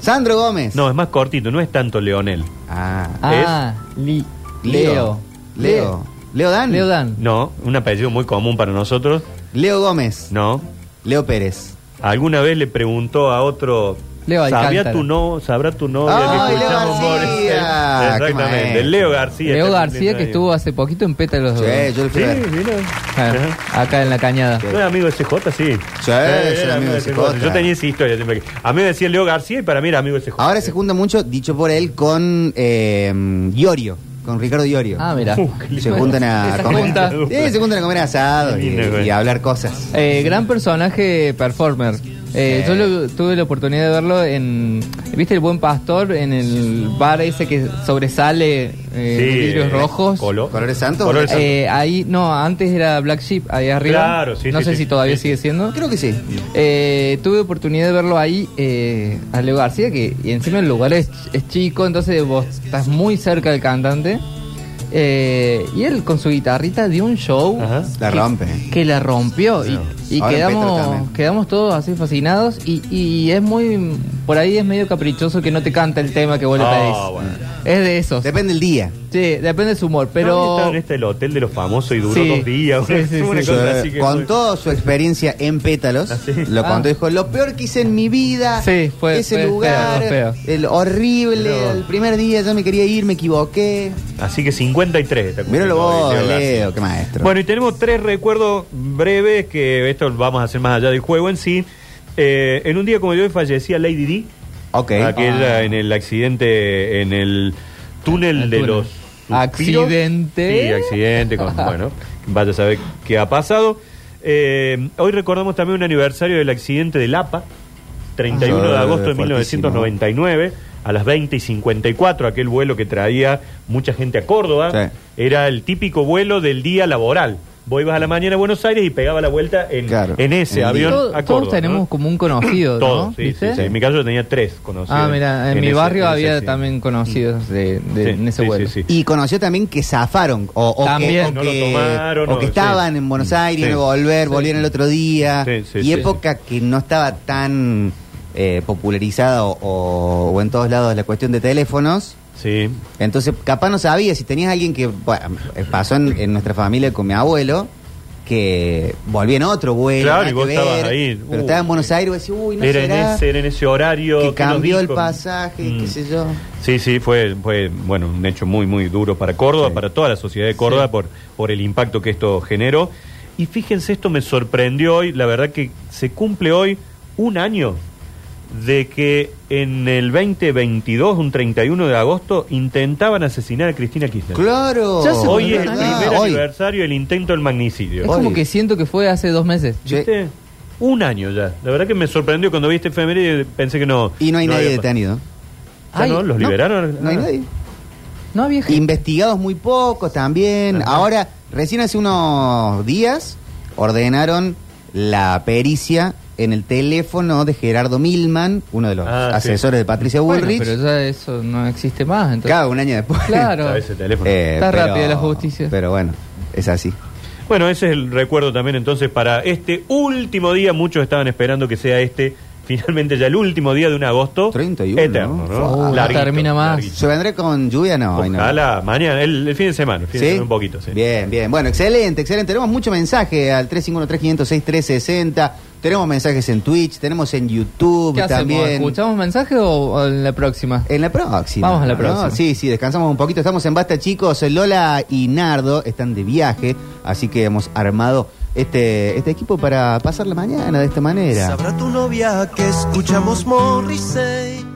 [SPEAKER 1] Sandro Gómez.
[SPEAKER 3] No, es más cortito, no es tanto Leonel.
[SPEAKER 1] Ah.
[SPEAKER 2] Ah, Li- Leo.
[SPEAKER 1] Leo. Leo Dan.
[SPEAKER 2] Leo Dan.
[SPEAKER 3] No, un apellido muy común para nosotros.
[SPEAKER 1] Leo Gómez.
[SPEAKER 3] No.
[SPEAKER 1] Leo Pérez.
[SPEAKER 3] Alguna vez le preguntó a otro.
[SPEAKER 2] Leo
[SPEAKER 3] ¿Sabía
[SPEAKER 2] Alcántara.
[SPEAKER 3] tu no, ¿Sabrá tu novia
[SPEAKER 1] ¡Ay,
[SPEAKER 3] que
[SPEAKER 1] Leo
[SPEAKER 3] escuchamos
[SPEAKER 1] García!
[SPEAKER 3] Morrissey?
[SPEAKER 1] ¡Qué
[SPEAKER 3] Exactamente,
[SPEAKER 1] maestro!
[SPEAKER 3] Leo García.
[SPEAKER 2] Leo
[SPEAKER 3] está
[SPEAKER 2] García,
[SPEAKER 3] cumpliendo
[SPEAKER 2] que
[SPEAKER 3] años.
[SPEAKER 2] estuvo hace poquito en Peta de los
[SPEAKER 1] Sí,
[SPEAKER 2] dos.
[SPEAKER 1] yo lo fui a ver.
[SPEAKER 3] Sí, mira.
[SPEAKER 2] Ah, acá en la cañada.
[SPEAKER 3] ¿No era amigo de CJ? Sí. Eh,
[SPEAKER 1] Sí, era amigo de CJ.
[SPEAKER 3] Yo tenía esa historia. siempre que- A mí me decía Leo García y para mí era amigo de CJ.
[SPEAKER 1] Ahora se junta mucho, dicho por él, con eh, Iorio. Con Ricardo Iorio.
[SPEAKER 2] Ah, mira.
[SPEAKER 3] Uh, qué lindo.
[SPEAKER 1] se juntan a
[SPEAKER 2] Esa
[SPEAKER 1] comer.
[SPEAKER 2] junta.
[SPEAKER 1] Sí, se juntan a comer asado
[SPEAKER 3] Qué
[SPEAKER 1] y,
[SPEAKER 3] lindo, güey.
[SPEAKER 1] y a hablar cosas.
[SPEAKER 2] Eh, gran personaje performer. Eh,
[SPEAKER 1] Sí.
[SPEAKER 2] Yo lo- tuve la oportunidad de verlo en. ¿Viste el buen pastor? En el bar ese que sobresale eh, vidrios
[SPEAKER 3] eh,
[SPEAKER 2] rojos.
[SPEAKER 3] Colo-
[SPEAKER 1] ¿Colores santos?
[SPEAKER 3] Colores santos.
[SPEAKER 2] Eh, ahí, no, antes era Black Sheep, ahí arriba.
[SPEAKER 3] Claro, sí,
[SPEAKER 2] No
[SPEAKER 3] sí,
[SPEAKER 2] sé
[SPEAKER 3] sí,
[SPEAKER 2] si todavía
[SPEAKER 3] sí.
[SPEAKER 2] sigue siendo.
[SPEAKER 1] Creo que sí.
[SPEAKER 2] Eh, tuve oportunidad de verlo ahí eh, a Leo García, que y encima el lugar es, es chico, entonces vos estás muy cerca del cantante. Eh, y él con su guitarrita dio un show
[SPEAKER 3] Ajá.
[SPEAKER 1] La
[SPEAKER 2] que-
[SPEAKER 1] rompe.
[SPEAKER 2] que la rompió y,
[SPEAKER 1] Claro. Ahora
[SPEAKER 2] y
[SPEAKER 1] en Petro
[SPEAKER 2] quedamos,
[SPEAKER 1] también.
[SPEAKER 2] quedamos todos así fascinados y, y es muy por ahí es medio caprichoso que no te canta el tema que vos le
[SPEAKER 3] Ah,
[SPEAKER 2] pedís.
[SPEAKER 3] bueno.
[SPEAKER 2] Es de esos.
[SPEAKER 1] Depende el día.
[SPEAKER 2] sí, depende de su humor,
[SPEAKER 3] No,
[SPEAKER 2] pero
[SPEAKER 3] estaba en este, el hotel de los famosos y duró
[SPEAKER 2] Sí.
[SPEAKER 3] dos días.
[SPEAKER 2] Sí, sí,
[SPEAKER 3] una
[SPEAKER 2] sí.
[SPEAKER 3] cosa
[SPEAKER 1] Eh,
[SPEAKER 3] así que fue-
[SPEAKER 1] contó su experiencia en pétalos.
[SPEAKER 3] Ah, sí.
[SPEAKER 1] Lo
[SPEAKER 2] Ah.
[SPEAKER 1] contó, dijo, lo peor que hice en mi vida.
[SPEAKER 2] Sí, fue-
[SPEAKER 1] ese
[SPEAKER 2] fue
[SPEAKER 1] lugar,
[SPEAKER 2] feo, fue feo.
[SPEAKER 1] el horrible.
[SPEAKER 3] Pero-
[SPEAKER 1] El primer día yo me quería ir, me equivoqué.
[SPEAKER 3] Así que 53. está
[SPEAKER 1] Míralo
[SPEAKER 3] cumpliendo
[SPEAKER 1] vos,
[SPEAKER 3] hoy
[SPEAKER 1] Leo,
[SPEAKER 3] García.
[SPEAKER 1] qué maestro.
[SPEAKER 3] Bueno, y tenemos tres recuerdos breves que esto lo vamos a hacer más allá del juego en sí. Eh, en un día como yo fallecía Lady D.
[SPEAKER 1] ok.
[SPEAKER 3] Aquella Ah. en el accidente en el túnel
[SPEAKER 2] Ah. El
[SPEAKER 3] de
[SPEAKER 2] túnel.
[SPEAKER 3] los suspiros.
[SPEAKER 2] Accidente.
[SPEAKER 3] Sí, accidente.
[SPEAKER 1] [laughs]
[SPEAKER 3] con- bueno, vaya a saber qué ha pasado. Eh, hoy recordamos también un aniversario del accidente del APA, 31 de
[SPEAKER 1] Ah,
[SPEAKER 3] agosto de
[SPEAKER 1] fuertísimo.
[SPEAKER 3] 1999, a las 20 y 54, aquel vuelo que traía mucha gente a Córdoba.
[SPEAKER 1] Sí.
[SPEAKER 3] Era el típico vuelo del día laboral. Vos ibas a la mañana a Buenos Aires y pegaba la vuelta en,
[SPEAKER 1] Claro.
[SPEAKER 3] en ese
[SPEAKER 1] En el día.
[SPEAKER 3] avión.
[SPEAKER 2] Todo-
[SPEAKER 3] a
[SPEAKER 2] todos
[SPEAKER 3] Córdoba,
[SPEAKER 2] tenemos
[SPEAKER 3] ¿no?
[SPEAKER 2] como un conocido, ¿no?
[SPEAKER 3] Todos, sí,
[SPEAKER 2] ¿Viste?
[SPEAKER 3] sí, sí. En mi caso yo tenía tres conocidos.
[SPEAKER 2] Ah, mira, en, mi
[SPEAKER 3] ese-
[SPEAKER 2] barrio
[SPEAKER 3] ese
[SPEAKER 2] había
[SPEAKER 3] accidente.
[SPEAKER 2] también conocidos de, de-
[SPEAKER 3] Sí,
[SPEAKER 2] en ese
[SPEAKER 3] sí,
[SPEAKER 2] vuelo.
[SPEAKER 3] sí, sí.
[SPEAKER 1] Y conoció también que zafaron. O, o
[SPEAKER 2] También.
[SPEAKER 1] que, o
[SPEAKER 3] No lo
[SPEAKER 1] que-
[SPEAKER 3] tomaron,
[SPEAKER 1] o
[SPEAKER 3] no,
[SPEAKER 1] que
[SPEAKER 3] sí. Mm,
[SPEAKER 1] estaban en Buenos Aires,
[SPEAKER 3] Sí.
[SPEAKER 1] no volver, volvieron el otro día.
[SPEAKER 3] Sí, sí,
[SPEAKER 1] y
[SPEAKER 3] sí.
[SPEAKER 1] época que no estaba tan eh, popularizada o, o- o en todos lados la cuestión de teléfonos.
[SPEAKER 3] Sí.
[SPEAKER 1] Entonces, capaz no sabía si tenías alguien que bueno, eh, pasó en, en nuestra familia con mi abuelo, que volvía en otro vuelo.
[SPEAKER 3] Claro,
[SPEAKER 1] nada
[SPEAKER 3] y vos
[SPEAKER 1] que
[SPEAKER 3] estabas
[SPEAKER 1] ver,
[SPEAKER 3] ahí.
[SPEAKER 1] Pero
[SPEAKER 3] Uh,
[SPEAKER 1] estaba en Buenos Aires, vos decís, uy, no
[SPEAKER 3] era, en
[SPEAKER 1] será
[SPEAKER 3] ese, era en ese horario.
[SPEAKER 1] que
[SPEAKER 3] nos
[SPEAKER 1] cambió el
[SPEAKER 3] dijo?
[SPEAKER 1] pasaje,
[SPEAKER 3] Mm.
[SPEAKER 1] qué sé yo.
[SPEAKER 3] Sí, sí, fue, fue bueno, un hecho muy, muy duro para Córdoba,
[SPEAKER 1] Sí.
[SPEAKER 3] para toda la sociedad de Córdoba, por, por el impacto que esto generó. Y fíjense, esto me sorprendió hoy, la verdad que se cumple hoy un año de que en el 2022, un 31 de agosto, intentaban asesinar a Cristina Kirchner.
[SPEAKER 1] Claro.
[SPEAKER 2] Ya se
[SPEAKER 3] Hoy
[SPEAKER 2] volvió
[SPEAKER 3] es el
[SPEAKER 2] un
[SPEAKER 1] Ah,
[SPEAKER 2] año.
[SPEAKER 3] primer
[SPEAKER 1] hoy.
[SPEAKER 3] aniversario del intento del magnicidio.
[SPEAKER 2] Es como
[SPEAKER 1] Hoy.
[SPEAKER 2] que siento que fue hace dos meses.
[SPEAKER 1] Sí.
[SPEAKER 3] ¿Viste? Un año ya. La verdad que me sorprendió cuando viste efeméride, pensé que no.
[SPEAKER 1] Y no hay nadie
[SPEAKER 3] había pasado.
[SPEAKER 1] detenido.
[SPEAKER 3] Ah,
[SPEAKER 2] Ay,
[SPEAKER 3] no, los
[SPEAKER 1] No,
[SPEAKER 3] liberaron.
[SPEAKER 1] No hay
[SPEAKER 3] Ah.
[SPEAKER 1] nadie.
[SPEAKER 2] No había gente.
[SPEAKER 1] Investigados muy pocos también.
[SPEAKER 3] Ajá.
[SPEAKER 1] Ahora, recién hace unos días, ordenaron la pericia en el teléfono de Gerardo Milman, uno de los
[SPEAKER 3] Ah, sí.
[SPEAKER 1] asesores de Patricia
[SPEAKER 2] Bueno,
[SPEAKER 1] Bullrich.
[SPEAKER 2] pero ya eso no existe más. Entonces.
[SPEAKER 1] Claro, un año después. [laughs]
[SPEAKER 2] Claro.
[SPEAKER 3] Sabes el teléfono.
[SPEAKER 1] Eh,
[SPEAKER 2] Está rápida la justicia.
[SPEAKER 1] Pero bueno, es así.
[SPEAKER 3] Bueno, ese es el recuerdo también entonces para este último día. Muchos estaban esperando que sea este, [laughs] finalmente ya el último día de un agosto.
[SPEAKER 1] 31, ¿no?
[SPEAKER 3] Eterno, ¿no?
[SPEAKER 1] Fua.
[SPEAKER 2] No termina más.
[SPEAKER 1] ¿Se vendré con lluvia? No, hoy no.
[SPEAKER 3] Ojalá, mañana, el, el fin de semana, el fin de
[SPEAKER 1] ¿Sí?
[SPEAKER 3] semana un poquito, sí.
[SPEAKER 1] Bien, bien. Bueno, excelente, excelente. Tenemos mucho mensaje al 351-3506-360. Tenemos mensajes en Twitch, tenemos en YouTube
[SPEAKER 2] ¿Qué hacemos?
[SPEAKER 1] también.
[SPEAKER 2] ¿Escuchamos mensaje o, o en la próxima?
[SPEAKER 1] En la próxima.
[SPEAKER 2] Vamos a la
[SPEAKER 1] ¿no?
[SPEAKER 2] próxima.
[SPEAKER 1] Sí, sí, descansamos un poquito. Estamos en Basta, chicos. Lola y Nardo están de viaje, así que hemos armado este, este equipo para pasar la mañana de esta manera.
[SPEAKER 5] Sabrá tu novia que escuchamos Morrissey.